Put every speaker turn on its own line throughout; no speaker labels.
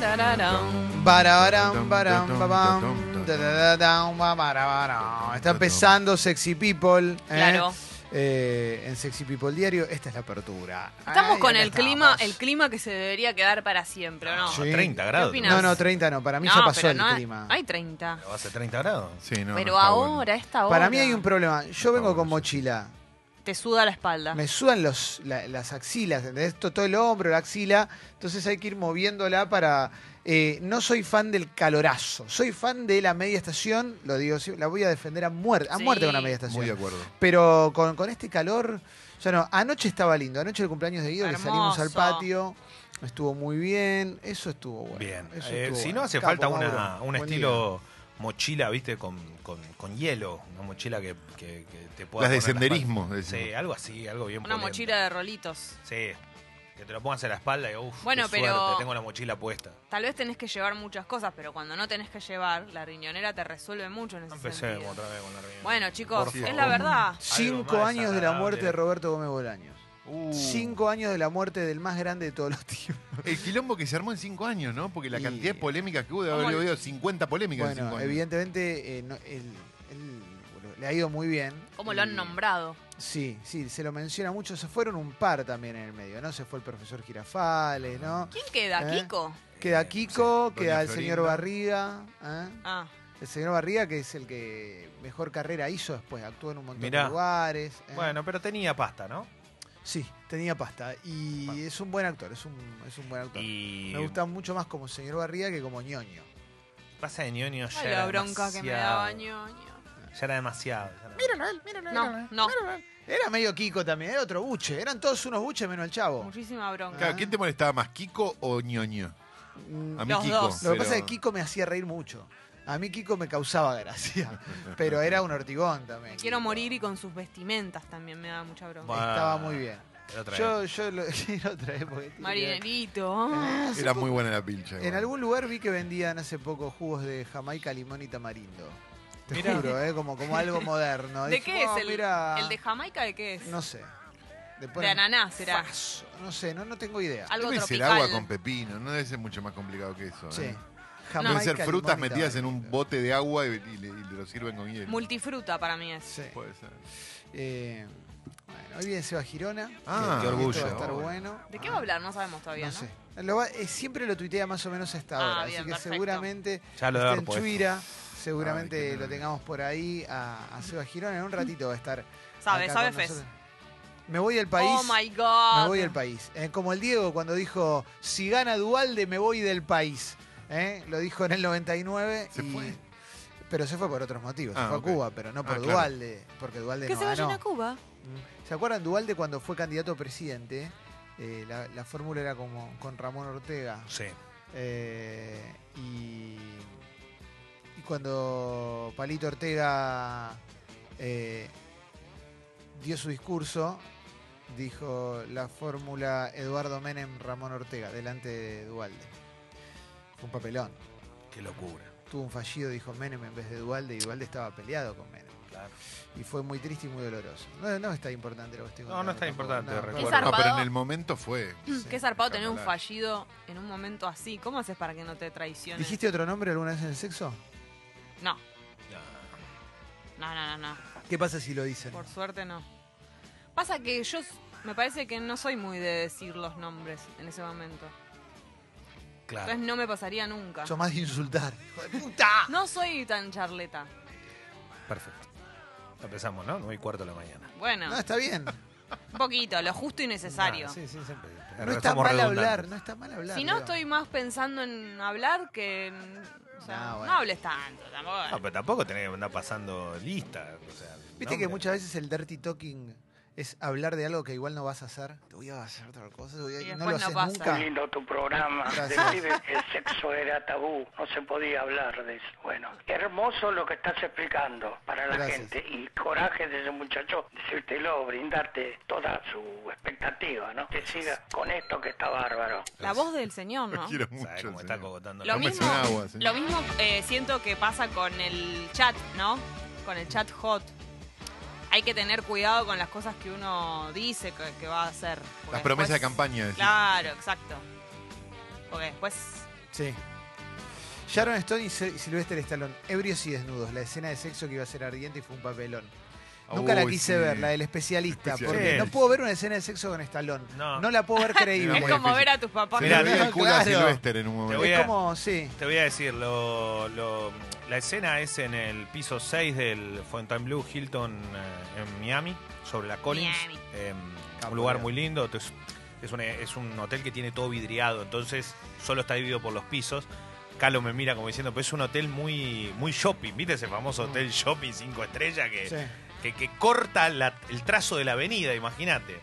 Tararán.
Barabarán, barán, babán, dadadadán, babarabarán. Está empezando Sexy People. ¿eh?
Claro.
Eh, en Sexy People Diario, esta es la apertura.
Estamos
Ay,
con
acá
el clima, el
estamos.
clima que se debería quedar para siempre, ¿o no?
Sí.
30 grados.
¿Qué opinas?
No, no, 30 no. Para mí ya
No,
pasó
pero
el
no,
clima.
Hay 30.
¿Vas a 30 grados?
Sí, no, no
pero
está
ahora,
bueno.
a esta hora.
Para mí hay un problema. Yo vengo
bueno,
con
sí.
mochila.
Te suda la espalda.
Me sudan los, la- las axilas, ¿entendés? Esto, todo el hombro, la axila. Entonces hay que ir moviéndola para... eh, no soy fan del calorazo. Soy fan de la media estación. Lo digo, sí, la voy a defender a muerte, a
Sí.
muerte con la media estación.
Muy de acuerdo.
Pero con, con este calor, ya no. Anoche estaba lindo. Anoche el cumpleaños de Guido, que
Hermoso.
salimos al patio. Estuvo muy bien. Eso estuvo bueno.
Bien.
Eso
Eh,
estuvo
si
bueno.
no, hace
Capo,
falta una-
Mauro.
un
Buen día.
estilo mochila, viste, con, con, con hielo. Una mochila que, que- que te pueda.
Las de
poner espalda.
senderismo, decimos.
Sí, algo así, algo bien
Una
polenta.
mochila de rolitos.
Sí. Que te lo pongas en la espalda y uff,
Bueno,
bueno,
pero-
suerte, tengo la mochila puesta.
Tal vez tenés que llevar muchas cosas, pero cuando no tenés que llevar, la riñonera te resuelve mucho en ese
No empecemos
sentido.
otra vez con la reunión.
Bueno,
Por
chicos,
favor.
es la verdad.
Cinco
más
años de la muerte de
agradable.
Roberto Gómez Bolaños.
Uh,
Cinco años de la muerte del más grande de todos los tiempos.
El quilombo que se armó en cinco años, ¿no? Porque la
Y-
cantidad de polémicas que hubo, debe haber
¿Cómo?
habido 50 polémicas en cinco
Bueno,
años.
evidentemente eh, no- él- él, bueno, le ha ido muy bien.
¿Cómo lo han
Y-
nombrado?
Sí, sí, se lo menciona mucho. Se fueron un par también en el medio, ¿no? Se fue el profesor Girafales, ¿no?
¿Quién queda?
¿Eh?
¿Kiko?
Queda Kiko,
sí,
queda
Doña
el señor
Florinda.
Barriga. ¿eh?
Ah,
El señor Barriga, que es el que mejor carrera hizo después, actuó en un montón de
Mirá.
lugares. ¿eh?
Bueno, pero tenía pasta, ¿no?
Sí, tenía pasta. Y
Pasta.
es un buen actor, es un, es un buen actor.
Y
Me gusta mucho más como señor Barriga que como ñoño.
pasa de ñoño ya
ay,
era
la bronca que me daba
demasiado.
ñoño.
Ya era demasiado. ya era-
Míralo a él, míralo,
No, no,
Era medio Kiko también, era otro buche. Eran todos unos buches menos el chavo.
muchísima bronca.
Claro, ¿Quién te molestaba más, Kiko o ñoño?
Mm,
A mí
Los
Kiko.
dos.
Lo que
pero-
pasa es que Kiko me hacía reír mucho. A mí Kiko me causaba gracia, pero era un ortigón también.
Me quiero
Kiko.
morir y con sus vestimentas también me daba mucha bronca.
Bueno,
Estaba muy bien.
Era otra vez.
Yo, yo lo quiero otra vez porque tiene que ver.
Marinerito.
Era muy buena la pincha.
En
igual.
algún lugar vi que vendían hace poco jugos de Jamaica, limón y tamarindo. Te
Mirá.
juro, ¿eh? como, como algo moderno.
¿De
Dije,
qué es
"Oh,
el,
mirá".
el de Jamaica? ¿De qué es?
No sé. Le
de
ponen
ananás será.
faso, No sé, no, no tengo idea.
Algo
Debe ser
tropical.
agua con pepino, no debe ser mucho más complicado que eso.
Sí.
¿eh?
Jamaica,
Deben ser frutas
limón y
metidas en
tamarindo.
un bote de agua y, y le- y lo sirven con hielo.
Multifruta para mí es.
Sí.
Puede ser.
Eh, bueno, hoy viene Seba Girona. Eh,
Ah,
que-
qué
que esto Va a
orgullo.
estar bueno.
¿De qué va a hablar? No sabemos todavía,
No
¿no?
sé. Lo va- eh, siempre lo tuitea más o menos a esta
Ah, bien,
hora. así que
perfecto.
seguramente
Ya lo debe
está
haber
en
puesto.
Chuira. Seguramente
Ay, qué
lo
nervio.
tengamos por ahí a, a Seba Girona. En un ratito va a estar.
Sabe,
acá
sabe
con
Fez.
nosotros. Me voy del país.
Oh my god.
me voy del país. Eh, como el Diego cuando dijo, si gana Dualde me voy del país. Eh, Lo dijo en el 99.
¿Se
y-
fue?
Pero se fue por otros motivos. se
Ah,
fue
ok.
a Cuba, pero no
Ah,
por
claro.
Dualde. Porque Dualde
Que
no
se vayan
ganó.
a Cuba.
¿Se acuerdan Dualde cuando fue candidato a presidente? Eh, la la fórmula era como con Ramón Ortega.
Sí.
Eh, y, y cuando Palito Ortega eh, dio su discurso, dijo la fórmula Eduardo Menem Ramón Ortega delante de Dualde. Fue un papelón.
Qué locura.
Tuvo un fallido, dijo Menem en vez de Dualde, y Dualde estaba peleado con Menem.
Claro.
Y fue muy triste y muy doloroso. No, no está importante lo que estoy
No,
contando
no está
tampoco.
importante,
pero-
recuerdo.
Es
No, pero
Zarpado.
en el momento fue.
Sí.
Qué zarpado tener un
Ojalá.
fallido en un momento así. ¿Cómo haces para que no te traicionen?
¿Dijiste otro nombre alguna vez en el sexo?
No, no, no, no, no.
¿Qué pasa si lo dicen?
Por suerte no. Pasa que yo s- me parece que no soy muy de decir los nombres en ese momento.
Claro.
Pues
Entonces no me pasaría nunca.
Son más de insultar. ¡Hijo de puta!
No soy tan charleta.
Perfecto. Empezamos, ¿no? No hay cuarto de la mañana.
Bueno,
No, está bien.
un poquito, lo justo y necesario.
Ah, sí, sí, siempre.
No está
Somos
mal
redundantes.
hablar, no está mal hablar.
Si no,
Leo.
estoy más pensando en hablar que en... o sea,
Ah,
no,
bueno.
hables tanto tampoco.
No, pero tampoco tenés que andar pasando lista. o sea,
Viste que
nombre.
muchas veces el dirty talking es hablar de algo que igual no vas a hacer. Te voy a hacer otra cosa, te voy a-
Y
y no
después
lo
no
haces
pasa.
nunca.
lindo tu programa. De
Gracias.
pibe, el sexo era tabú, no se podía hablar de eso. Bueno, hermoso lo que estás explicando para la
Gracias.
gente y coraje de ese muchacho decírtelo, brindarte toda su expectativa, ¿no? Que siga con esto que está bárbaro.
La voz del señor,
Lo
¿no?
quiero
¿Sabés
mucho.
cómo está
señor.
cogotando
Lo
la-
Tómese
mismo,
un agua, señor.
lo mismo eh, siento que pasa con el chat, ¿no? Con el chat hot. Hay que tener cuidado con las cosas que uno dice que, que va a hacer. porque
Las promesas de
después-
campaña. decís.
Claro, exacto. Porque después
Sí. Sharon Stone y Sil- Sylvester Stallone, ebrios y desnudos. La escena de sexo que iba a ser ardiente y fue un papelón. Nunca la
Uy,
quise
sí.
ver, la del especialista,
Especialista.
porque
Sí.
no puedo ver una escena de sexo con Stallone. No,
No.
la puedo ver creíble.
Era
Es
muy
como
difícil.
ver a tus papás.
Se
Mirá,
le veía el culo a
claro.
Sylvester en un
Te
momento.
voy
es
a-
como, sí.
Te voy a decir, lo, lo- la escena es en el piso 6 del Fontainebleau Hilton eh, en Miami, sobre la Collins.
Miami.
Eh,
Capo,
un lugar
Miami.
muy lindo. entonces, es, un, es un hotel que tiene todo vidriado, entonces solo está dividido por los pisos. Calo me mira como diciendo, pero es un hotel muy, muy shopping, ¿viste ese famoso hotel shopping 5 estrellas
Eh.
que,
Mm. Sí.
que, que corta la- el trazo de la avenida, imagínate.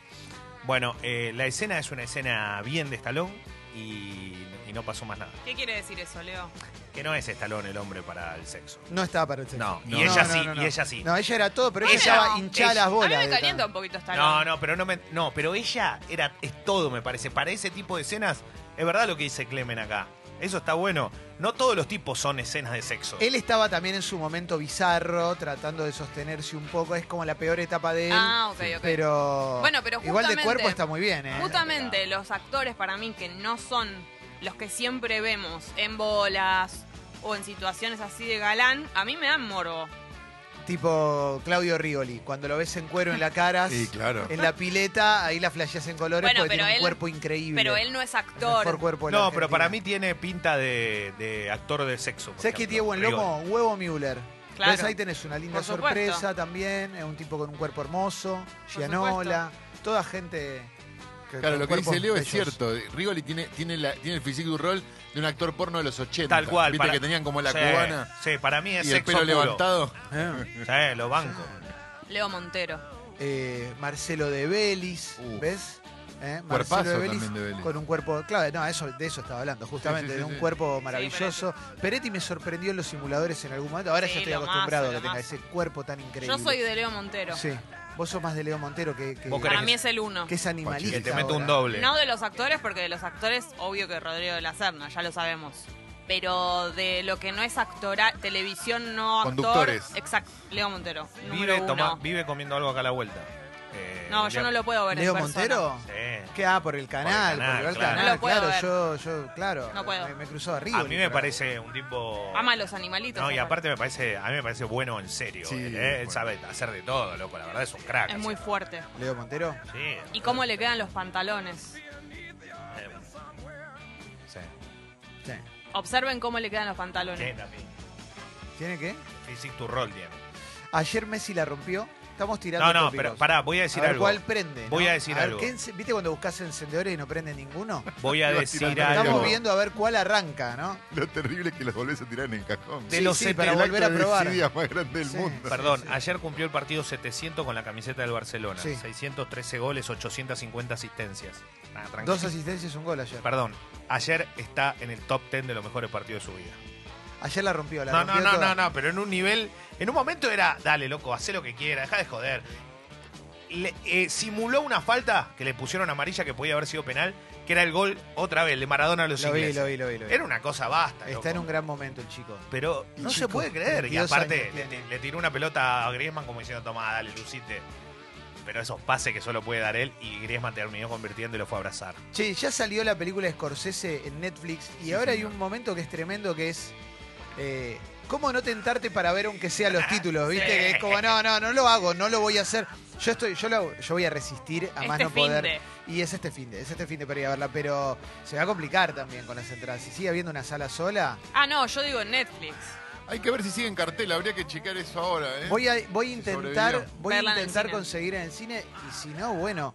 Bueno, eh, la escena es una escena bien de estalón y, y no pasó más nada.
¿Qué quiere decir eso, Leo?
Que no es estalón el hombre para el sexo.
No estaba para el sexo.
No,
y ella
sí, y ella sí.
No, ella era todo, pero
Bueno,
ella estaba hinchada
ella-
las bolas.
a mí
de
me calienta
tanto.
un poquito esta
No, no, pero no me, no, pero ella era es todo, me parece. Para ese tipo de escenas, es verdad lo que dice Clemen acá. Eso está bueno. No todos los tipos son escenas de sexo.
Él estaba también en su momento bizarro, tratando de sostenerse un poco. Es como la peor etapa de él.
Ah, ok, ok.
Pero,
Bueno, pero
igual de
justamente-
cuerpo está muy bien, ¿eh?
Justamente los actores para mí que no son los que siempre vemos en bolas o en situaciones así de galán, a mí me dan morbo.
Tipo Claudio Rigoli, cuando lo ves en cuero en la cara,
Sí, claro.
en la pileta, ahí la flasheas en colores
Bueno,
porque
pero
tiene un
él-
cuerpo increíble.
Pero él no es
El mejor
actor.
cuerpo de la
no, pero para mí
Argentina.
tiene pinta de, de actor de sexo. por
¿Sabes qué
ejemplo.
tiene buen loco?
Rigoli.
Huevo Müller.
Claro.
¿Ves? Ahí tenés una linda
Por supuesto.
sorpresa también. Es un tipo con un cuerpo hermoso.
Por
Gianola. Toda gente. que-
Claro,
con
lo que dice
cuerpos
Leo es
bellos.
cierto. Rigoli tiene, tiene, la- tiene el físico y rol de un actor porno de los 80.
Tal cual.
Viste que tenían como la
Sí,
cubana
Sí, para mí es
y el
sexo
pelo
puro.
levantado.
¿Eh?
Sí, lo banco.
Leo Montero.
Eh, Marcelo de Belis.
Uh.
¿Ves? ¿Eh?
Cuerpazo
Marcelo
también de Belis.
con un cuerpo, claro, no, eso, de eso estaba hablando, justamente,
Sí, sí, sí,
de un
sí.
cuerpo maravilloso. Peretti me sorprendió en los simuladores en algún momento, ahora
Sí,
ya estoy
lo mazo,
acostumbrado
lo
a que tenga
mazo.
ese cuerpo tan increíble.
Yo soy de Leo Montero.
Sí, vos sos más de Leo Montero que, que,
Vos
Para
crees
mí es el uno.
que es animalista.
Que te meto un
ahora.
doble.
No de los actores, porque de los actores, obvio que Rodrigo de la Serna, ya lo sabemos. Pero de lo que no es actora, televisión no actor.
Conductores.
Exacto, Leo Montero. número
vive,
uno.
toma- vive comiendo algo acá a la vuelta. Eh,
no,
un
yo
día-
no lo puedo ver. en
¿Leo
persona.
Montero?
Sí.
Que ah, por el canal, por
Por el
el
canal,
canal,
claro.
No lo puedo
claro,
ver.
yo, yo, claro,
No puedo.
Me, me cruzó arriba.
A mí me parece un tipo.
Ama a los animalitos.
No, y aparte me parece, a mí me parece bueno en serio.
Sí,
él,
bueno.
¿eh? Él sabe hacer de todo, loco. La verdad es un crack.
Es
así.
muy fuerte.
Leo Montero.
Sí.
¿Y cómo le quedan los pantalones?
Eh, sí.
Sí.
Observen cómo le quedan los pantalones.
Tiene también.
¿Tiene qué?
Physique to roll tiene.
Ayer Messi la rompió. Estamos tirando
No, no,
tópicos.
pero pará, voy a decir
a ver
algo.
cuál prende. ¿no?
Voy a decir
ver,
algo.
¿qué enc- ¿Viste cuando buscas encendedores y no prende ninguno?
Voy a
Iba a
decir
tirar-
algo.
Estamos viendo a ver cuál arranca, ¿no?
Lo terrible es que los volvés a tirar en el cajón.
De
Sí,
los
sí,
siete,
para
el
volver a
acto de
probar.
desidia más grande del
Sí.
mundo.
Perdón,
Sí, sí.
ayer cumplió el partido 700 con la camiseta del Barcelona.
Sí.
613 goles, 850 asistencias. Ah, tranquilo.
Dos asistencias, un gol ayer.
Perdón, ayer está en el top 10 de los mejores partidos de su vida.
Ayer la rompió, la
No, no,
rompió
no,
toda.
no, no, pero en un nivel. En un momento era, dale, loco, hacé lo que quiera, deja de joder. Le- eh, simuló una falta que le pusieron amarilla que podía haber sido penal, que era el gol otra vez de Maradona a los
Lo vi,
ingleses.
lo vi, lo vi. lo vi.
Era una cosa basta.
Está
loco.
en un gran momento el chico.
Pero
Y
no se
chico,
puede creer. Y
22
aparte,
años
le,
tiene.
le tiró una pelota a Griezmann como diciendo, toma, dale, lucite. Pero esos pases que solo puede dar él y Griezmann terminó convirtiendo y lo fue a abrazar.
Che, ya salió la película de Scorsese en Netflix y ahora hay
señor.
un momento que es tremendo que es. eh, ¿Cómo no tentarte para ver aunque sea
Ah,
los títulos? ¿Viste?
Sí.
Que es como, no, no, no lo hago, no lo voy a hacer. Yo estoy, yo lo hago- yo voy a resistir a más
Este
no poder.
finde.
Y es este fin de, es este fin de para ir a verla, pero se va a complicar también con las entradas. Si sigue habiendo una sala sola,
Ah, no, yo digo en Netflix.
Hay que ver si sigue en cartel, habría que checar eso ahora, ¿eh?
voy a, voy a intentar,
sobrevivió.
voy a
Verla en el
intentar
cine.
conseguir en el cine y si no, bueno,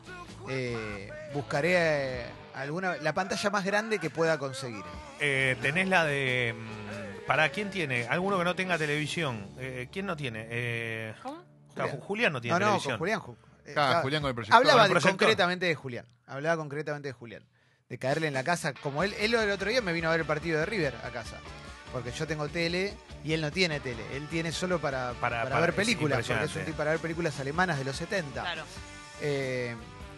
eh, buscaré eh, alguna la pantalla más grande que pueda conseguir.
Eh, tenés la de. mm, ¿Para quién tiene? ¿Alguno que no tenga televisión? Eh, ¿Quién no tiene? Eh,
¿Cómo?
Julián.
Julián.
Julián no tiene
No, no,
televisión.
con Julián. Ju- eh,
Acá,
estaba-
Ah, Julián con el proyector.
Hablaba
el
de-
proyector.
concretamente de Julián. Hablaba concretamente de Julián. De caerle en la casa. Como él, él el otro día me vino a ver el partido de River a casa. Porque yo tengo tele y él no tiene tele. Él tiene solo para, para,
Para- para-
ver
es
películas. Porque es un
impresionante.
tipo para ver películas alemanas de los 70.
Claro.
Eh,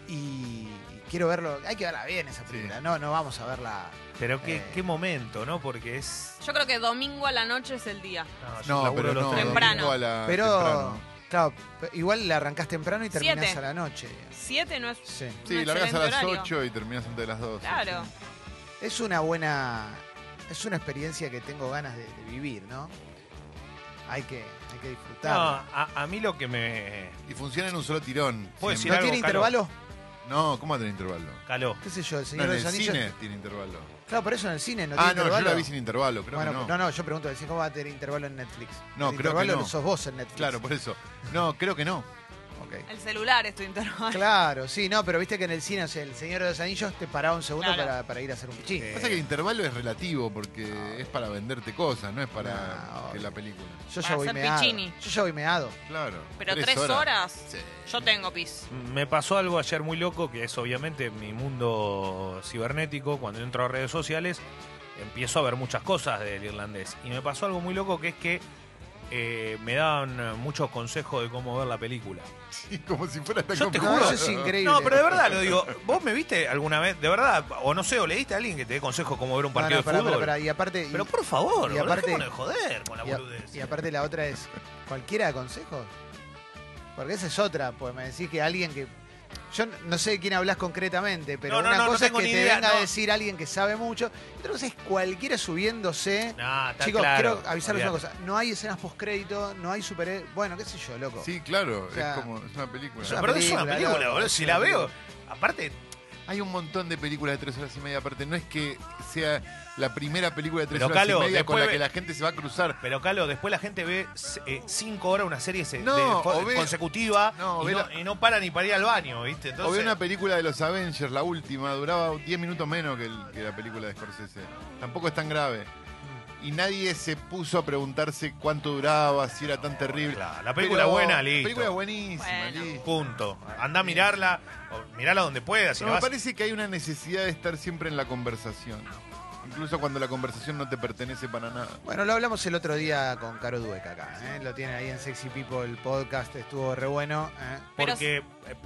y, y quiero verlo. Hay que verla bien esa película. No, no vamos a verla.
Pero qué,
Eh.
qué momento, ¿no? Porque es.
Yo creo que domingo a la noche es el día.
No, yo
No,
laburo
pero
los
no,
tres
Temprano.
domingo a la-
Pero,
Ah, temprano.
claro, pe- igual la arrancás temprano y terminás
Siete.
a la noche.
Siete no es.
Sí.
un
Sí, largas a
excelente
las
horario.
8 y terminas antes de las 12.
Claro.
Es una buena. es una experiencia que tengo ganas de, de vivir, ¿no? Hay que, hay que
No,
disfrutar.
a, a mí lo que me
Y funciona en un solo tirón.
¿Puedo
¿No
decir
embargo-
tiene
algo, Calo.
intervalo?
No, ¿cómo va a tener intervalo?
caló.
¿Qué sé yo? El Señor
No, en
de los
el
Anillos.
cine tiene intervalo.
Claro, por eso en el cine no
ah,
tiene
no,
intervalo.
yo la vi sin intervalo, creo
Bueno,
que no.
no, yo pregunto, decís, ¿cómo va a tener intervalo en Netflix?
No,
El
creo que
intervalo
no.
sos vos en Netflix.
Claro, por eso. No, creo que no.
Ok.
El celular es tu intervalo.
Claro, sí, no, pero viste que en el cine, o sea, el Señor de los Anillos te paraba un segundo
Claro.
para, para ir a hacer un pichín.
Eh,
Pasa que el intervalo es relativo porque es para venderte cosas, no es para
No,
que la película.
Yo ya
para
voy
hacer
meado.
pichini.
Yo ya voy meado.
Claro.
Pero tres horas.
Sí.
Yo tengo pis.
Me pasó algo ayer muy loco, que es obviamente mi mundo cibernético. Cuando entro a redes sociales, empiezo a ver muchas cosas del irlandés. Y me pasó algo muy loco, que es que eh, me daban eh, muchos consejos de cómo ver la película.
Sí, como si fuera tan
Yo te
No,
complicado.
eso es increíble.
No, pero de verdad lo digo. ¿Vos me viste alguna vez? De verdad, o no sé, o leíste a alguien que te dé consejos cómo ver un
No, no,
partido
pará,
de fútbol.
pará, pará, Y aparte. y-
Pero por favor,
y
boludo,
aparte-
dejémonos de joder con la
y, a-
boludez.
y aparte la otra es, ¿cualquiera da consejos? Porque esa es otra, pues me decís que alguien que... Yo n- no sé de quién hablas concretamente, pero
No, no,
una
no, no
cosa es
tengo
que
ni
te
idea,
venga
no.
a decir alguien que sabe mucho. Entonces cualquiera subiéndose...
No, está
Chicos,
claro,
quiero avisarles una
olvidate.
cosa. No hay escenas postcrédito, no hay super... Bueno, qué sé yo, loco.
Sí, claro,
O sea,
es como es una película.
es una
Pero es una
película,
película,
loco,
boludo.
es
Si
una
la veo,
película.
aparte,
Hay un montón de películas de tres horas y media aparte. No es que sea la primera película de tres
Pero,
horas
Calo,
y media con
después
la
ve-
que la gente se va a cruzar.
Pero Calo, después la gente ve eh, cinco horas una serie se-
No,
de fo-
o ve-
consecutiva
no, o
y,
ve
no,
la-
y no para ni para ir al baño, ¿viste?
O
Entonces,
vi una película de los Avengers, la última, duraba 10 minutos menos que, el- que la película de Scorsese. Tampoco es tan grave. Y nadie se puso a preguntarse cuánto duraba, si era tan terrible.
Claro, la película
Pero
buena,
La
listo.
película es buenísima,
Bueno.
listo.
punto. Anda a mirarla, o mirala donde puedas. Si
Pero
no
me
vas-
parece que hay una necesidad de estar siempre en la conversación. Incluso cuando la conversación no te pertenece para nada.
Bueno, lo hablamos el otro día con Caro Dueca acá. ¿eh? Lo tienen ahí en Sexy People, el podcast estuvo re bueno. ¿eh?
Pero-
Porque, eh,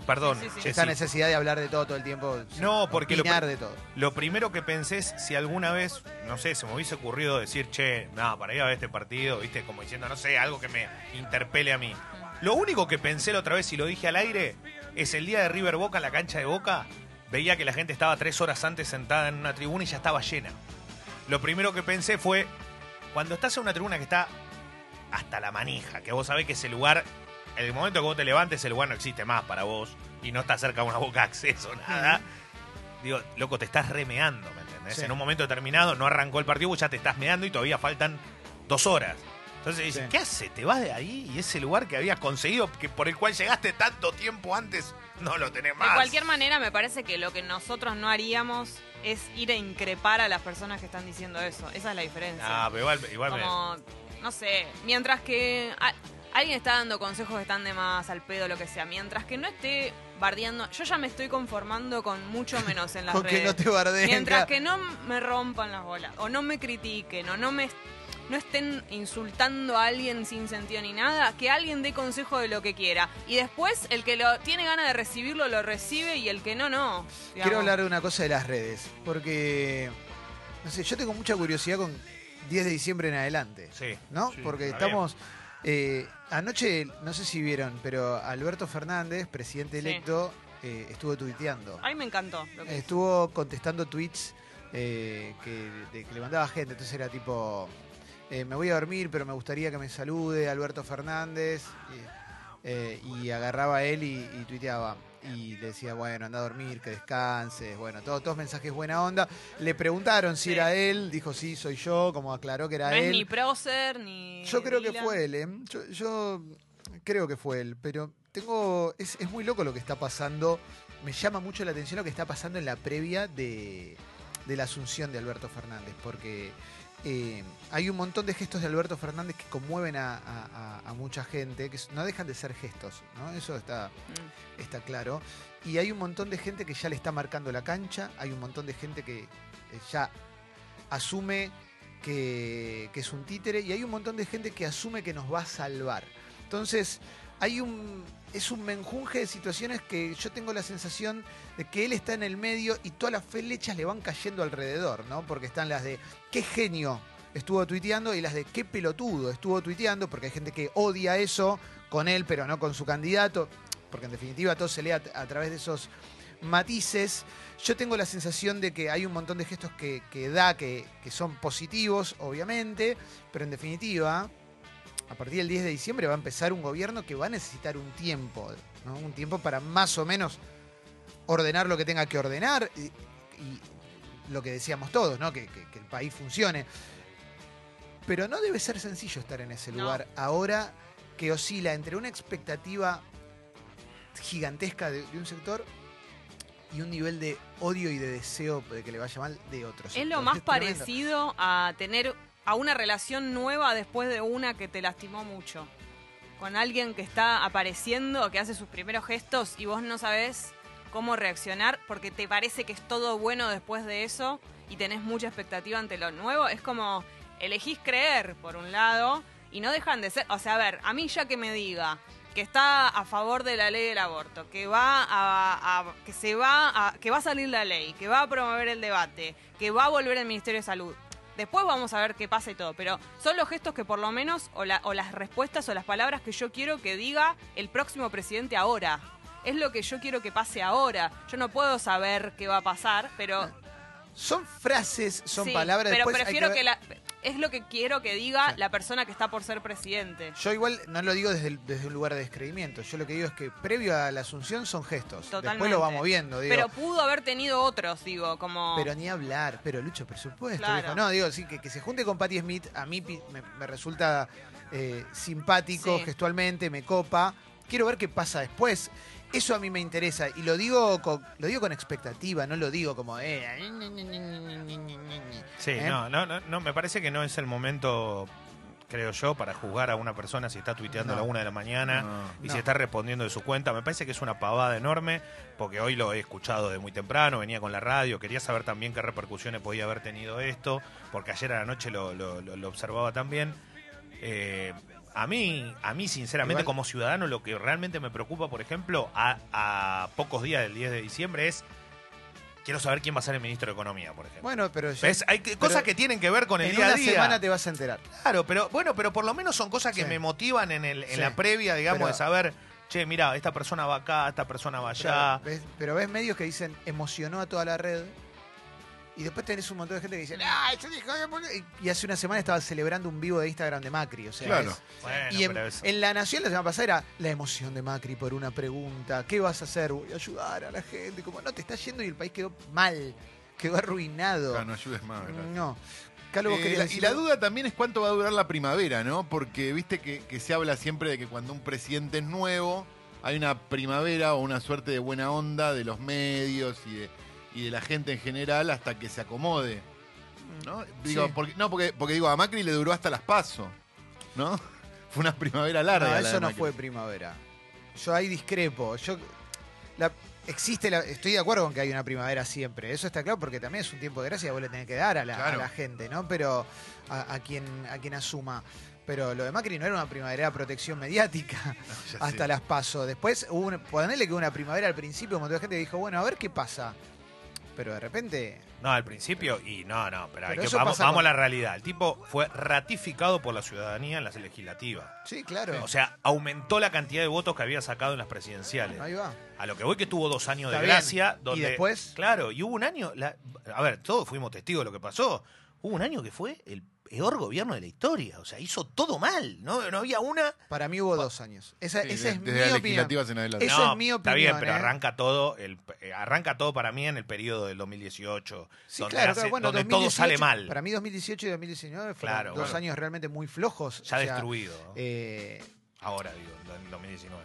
perdón,
Sí, sí, sí.
Jessy,
Esta necesidad de hablar de todo todo el tiempo.
No, porque lo-
opinar de todo.
lo primero que pensé es si alguna vez, no sé, se me hubiese ocurrido decir, che, nada, para ir a ver este partido, ¿viste? Como diciendo, no sé, algo que me interpele a mí. Lo único que pensé la otra vez y lo dije al aire es el día de River Boca en la cancha de Boca. Veía que la gente estaba tres horas antes sentada en una tribuna y ya estaba llena. Lo primero que pensé fue, cuando estás en una tribuna que está hasta la manija, que vos sabés que ese lugar, en el momento que vos te levantes, ese lugar no existe más para vos y no está cerca de una boca de acceso, nada. Digo, loco, te estás remeando, ¿me entendés?
Sí.
En un momento determinado no arrancó el partido, vos ya te estás meando y todavía faltan dos horas. Entonces dices,
Sí.
¿qué hace? Te vas de ahí y ese lugar que habías conseguido, que por el cual llegaste tanto tiempo antes, no lo tenés más.
De cualquier manera, me parece que lo que nosotros no haríamos es ir a increpar a las personas que están diciendo eso. Esa es la diferencia.
Ah, pero igual, igual me-
Como, no sé, mientras que a- alguien está dando consejos que están de más al pedo, lo que sea, mientras que no esté bardeando, yo ya me estoy conformando con mucho menos en las
Con que
redes.
no te bardeen,
mientras
claro.
que no me rompan las bolas, o no me critiquen, o no me no estén insultando a alguien sin sentido ni nada, que alguien dé consejo de lo que quiera. Y después el que lo tiene ganas de recibirlo lo recibe y el que no, no. digamos.
Quiero hablar de una cosa de las redes, porque no sé, yo tengo mucha curiosidad con 10 de diciembre en adelante,
Sí.
¿no?
Sí,
porque
está bien.
estamos eh, anoche, no sé si vieron, pero Alberto Fernández, presidente
Sí.
electo, eh, estuvo tuiteando,
Ay, me encantó. Lo
Eh,
que
estuvo contestando tweets eh, que, de- que le mandaba gente, entonces era tipo eh, me voy a dormir, pero me gustaría que me salude Alberto Fernández. Y, eh, y agarraba a él y, y tuiteaba. Y le decía, bueno, anda a dormir, que descanses. Bueno, todo- todos mensajes buena onda. Le preguntaron si
Sí.
era él. Dijo, sí, soy yo. Como aclaró que era
no
él.
es ni prócer ni.
Yo creo que
Dylan.
fue él, ¿eh? Yo, yo creo que fue él, pero tengo. Es, es muy loco lo que está pasando. Me llama mucho la atención lo que está pasando en la previa de, de la asunción de Alberto Fernández, porque eh, hay un montón de gestos de Alberto Fernández que conmueven a, a- a- a mucha gente, que no dejan de ser gestos, ¿no? Eso está
Mm.
está claro. Y hay un montón de gente que ya le está marcando la cancha, hay un montón de gente que eh, ya asume que, que es un títere y hay un montón de gente que asume que nos va a salvar. Entonces, hay un es un menjunje de situaciones que yo tengo la sensación de que él está en el medio y todas las flechas le van cayendo alrededor, ¿no? Porque están las de qué genio estuvo tuiteando y las de qué pelotudo estuvo tuiteando, porque hay gente que odia eso con él, pero no con su candidato, porque en definitiva todo se lee a, a través de esos matices. Yo tengo la sensación de que hay un montón de gestos que, que da, que, que son positivos, obviamente, pero en definitiva, a partir del 10 de diciembre va a empezar un gobierno que va a necesitar un tiempo, ¿no? un tiempo para más o menos ordenar lo que tenga que ordenar y, y lo que decíamos todos, ¿no? que, que- que el país funcione. Pero no debe ser sencillo estar en ese
No.
lugar ahora que oscila entre una expectativa gigantesca de, de un sector y un nivel de odio y de deseo de que le vaya mal de otro.
Es
sector.
lo más
tremendo.
parecido a tener a una relación nueva después de una que te lastimó mucho. Con alguien que está apareciendo, que hace sus primeros gestos y vos no sabés cómo reaccionar porque te parece que es todo bueno después de eso y tenés mucha expectativa ante lo nuevo. Es como elegís creer, por un lado, y no dejan de ser. O sea, a ver, a mí ya que me diga que está a favor de la ley del aborto, que va a, a- que se va a, que va a salir la ley, que va a promover el debate, que va a volver el Ministerio de Salud. Después vamos a ver qué pasa y todo, pero son los gestos que por lo menos, o, la- o las respuestas o las palabras que yo quiero que diga el próximo presidente ahora. Es lo que yo quiero que pase ahora. Yo no puedo saber qué va a pasar, pero
Son frases, Ah, son
Sí,
palabras.
Pero
después hay
prefiero
ver-
que, la. Es lo que quiero que diga
Sí.
la persona que está por ser presidente.
Yo igual no lo digo desde, el- desde un lugar de descreimiento. Yo lo que digo es que previo a la asunción son gestos. Después
Totalmente.
lo vamos viendo, digo.
Pero
Pero,
pudo haber tenido otros, digo, como.
ni hablar. Pero Lucho, por supuesto.
Claro.
viejo. No, digo, sí, que, que se junte con Patti Smith a mí pi- me, me resulta eh, simpático
Sí.
gestualmente, me copa. Quiero ver qué pasa después. Eso a mí me interesa. Y lo digo con, lo digo con expectativa, no lo digo como... eh,
Sí,
¿Eh?
no, no, no, no, me parece que no es el momento, creo yo, para juzgar a una persona si está tuiteando
No.
a la una de la mañana
No.
y
No.
si está respondiendo de su cuenta. Me parece que es una pavada enorme, porque hoy lo he escuchado de muy temprano, venía con la radio, quería saber también qué repercusiones podía haber tenido esto, porque ayer a la noche lo, lo- lo- lo observaba también. Eh, a mí, a mí sinceramente,
Igual-
como ciudadano, lo que realmente me preocupa, por ejemplo, a, a pocos días del 10 de diciembre es... Quiero saber quién va a ser el ministro de Economía, por ejemplo.
Bueno, pero... ya-
¿Ves? Hay que- cosas que tienen que ver con el
en
día
una
a día.
semana te vas a enterar.
Claro, pero bueno, pero por lo menos son cosas que
Sí.
me motivan en, el, en
Sí.
la previa, digamos,
Pero-
de saber, che, mira, esta persona va acá, esta persona va allá.
Pero ves, pero ves medios que dicen emocionó a toda la red. Y después tenés un montón de gente que dice, "Ah, "Ay, yo dije, ay, por-". Y- y hace una semana estaba celebrando un vivo de Instagram de Macri. O sea,
Claro.
es-
Bueno,
y en, eh
pero eso-
en La Nación la semana pasada era la emoción de Macri por una pregunta. ¿Qué vas a hacer? Voy a ayudar a la gente. Como, no, te está yendo y el país quedó mal. Quedó arruinado.
Ah, no ayudes más, gracias.
no. Calo, vos
Eh,
querías
la- y
decir
la
algo.
duda también es cuánto va a durar la primavera, ¿no? Porque viste que, que se habla siempre de que cuando un presidente es nuevo, hay una primavera o una suerte de buena onda de los medios y de, y de la gente en general hasta que se acomode, ¿no? Digo,
Sí.
porque, no, porque, porque digo, a Macri le duró hasta las PASO, ¿no? Fue una primavera larga.
No,
la
eso
de
no
Macri.
fue primavera. Yo ahí discrepo. Yo la- existe la- estoy de acuerdo con que hay una primavera siempre. Eso está claro porque también es un tiempo de gracia que vos le tenés que dar a la,
Claro.
a la gente, ¿no? Pero a, a quien a quien asuma. Pero lo de Macri no era una primavera de protección mediática
Ya
hasta
sé.
las pasos. Después hubo un, ponele que hubo una primavera al principio, un montón de gente dijo, bueno, a ver qué pasa. Pero de repente,
No, al principio, y no, no, pero, hay
Pero
que-
eso
vamos,
pasa
vamos
con-
a la realidad. El tipo fue ratificado por la ciudadanía en las legislativas.
sí, claro.
O sea, aumentó la cantidad de votos que había sacado en las presidenciales.
ahí va.
A lo que voy que tuvo dos años
Está
de
bien.
gracia.
¿Y
Donde,
después?
Claro, y hubo un año. la- a ver, todos fuimos testigos de lo que pasó. Hubo un año que fue el peor gobierno de la historia. O sea, hizo todo mal. No, no había una.
Para mí hubo dos años. Esa,
Sí,
esa
desde
es mi
las
opinión.
legislativas en adelante.
Eso
No,
es mi
Está bien,
opinión,
pero
¿eh?
arranca todo el, eh, arranca todo para mí en el periodo del 2018.
Sí,
donde
claro,
hace-
claro, bueno,
donde
2018,
todo sale mal.
Para mí 2018 y 2019 fueron
Claro,
dos
bueno.
años realmente muy flojos.
ya
o sea,
destruido. ¿no?
eh,
Ahora, digo, en 2019.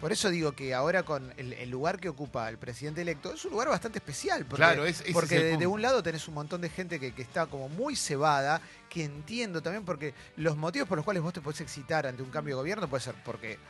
por eso digo que ahora con el, el lugar que ocupa el presidente electo es un lugar bastante especial. Porque,
Claro, es- ese es
porque
el
de- de,
punto.
un lado tenés un montón de gente que, que está como muy cebada, que entiendo también porque los motivos por los cuales vos te podés excitar ante un cambio de gobierno puede ser porque,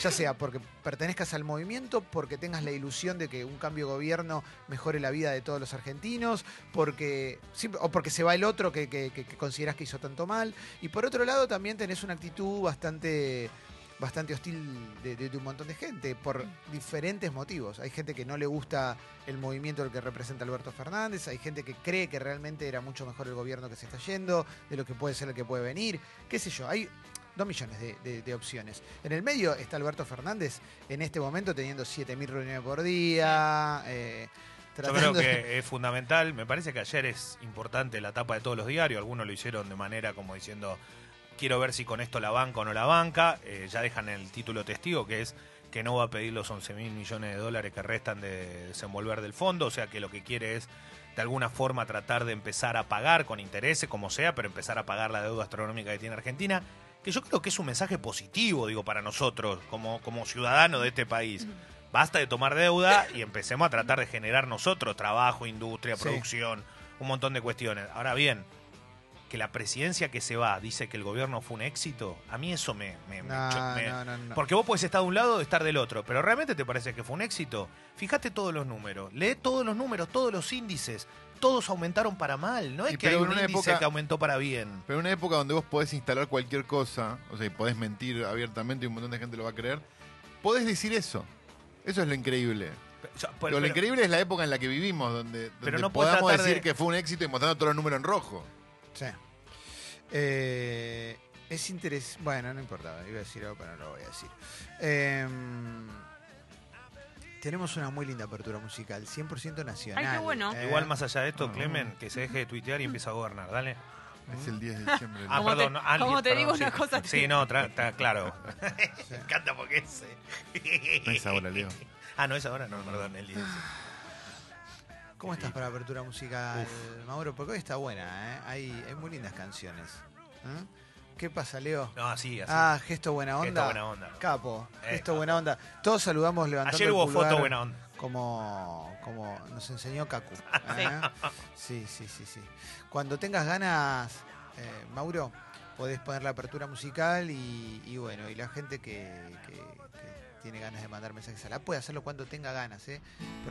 ya sea porque pertenezcas al movimiento, porque tengas la ilusión de que un cambio de gobierno mejore la vida de todos los argentinos, porque sí, o porque se va el otro que, que, que- que considerás que hizo tanto mal. Y por otro lado también tenés una actitud bastante bastante hostil de, de- de un montón de gente por diferentes motivos. Hay gente que no le gusta el movimiento del que representa Alberto Fernández, hay gente que cree que realmente era mucho mejor el gobierno que se está yendo, de lo que puede ser el que puede venir, qué sé yo. Hay, dos millones de, de- de opciones. En el medio está Alberto Fernández, en este momento teniendo 7.000 reuniones por día. eh,
Yo creo
tratando de-
que es fundamental. Me parece que ayer es importante la tapa de todos los diarios. Algunos lo hicieron de manera como diciendo, quiero ver si con esto la banca o no la banca. Eh, ya dejan el título testigo, que es que no va a pedir los 11 mil millones de dólares que restan de desenvolver del fondo. O sea que lo que quiere es, de alguna forma, tratar de empezar a pagar con intereses, como sea, pero empezar a pagar la deuda astronómica que tiene Argentina. Que yo creo que es un mensaje positivo, digo, para nosotros, como, como ciudadanos de este país. Basta de tomar deuda y empecemos a tratar de generar nosotros trabajo, industria,
Sí.
producción, un montón de cuestiones. Ahora bien, que la presidencia que se va dice que el gobierno fue un éxito, a mí eso me... me- me cho-
No,
me-
no, no, no.
Porque vos podés estar de un lado o estar del otro, pero realmente te parece que fue un éxito. Fíjate todos los números, lee todos los números, todos los índices, todos aumentaron para mal, no es
Y
que hay
pero en
un
una
índice
época-
que aumentó para bien.
Pero en una época donde vos podés instalar cualquier cosa, o sea, y podés mentir abiertamente y un montón de gente lo va a creer, podés decir eso. Eso es lo increíble.
Pero- yo-
Pero,
pero-
lo increíble es la época en la que vivimos, donde,
Pero
donde
no podés
podamos
tratar
decir
de-
que fue un éxito y mostrando todos los números en rojo.
Sí. Eh, es interés. Bueno, no importa, iba a decir algo, pero no lo voy a decir. Em, tenemos una muy linda apertura musical, 100% nacional.
Ay, qué bueno.
eh.
Igual más allá de esto,
Ah.
Clemen, que se deje de tuitear y empieza a gobernar, dale.
Es el 10 de diciembre.
Ah,
Como te-
perdón. no, alguien,
como te
perdón,
digo
sí.
una cosa, te
Sí,
digo
no, tra- tra- claro.
Sí.
Me encanta porque es. eh.
No es ahora, Leo.
Ah, no, es ahora, no, perdón, el 10.
¿Cómo estás para apertura musical, Mauro? Porque hoy está buena, ¿eh? Hay, hay muy lindas canciones. ¿Eh? ¿Qué pasa, Leo?
No, así, así.
Ah, gesto buena onda.
Gesto buena onda.
Capo,
Eh,
gesto
capo.
buena onda. Todos saludamos levantando
Ayer
el
hubo
pulgar
foto buena onda.
Como, como nos enseñó Kaku. ¿eh? Sí, sí, sí, sí. Cuando tengas ganas, eh, Mauro, podés poner la apertura musical y, y bueno, y la gente que, que- que tiene ganas de mandar mensajes a la puede hacerlo cuando tenga ganas, ¿eh? Porque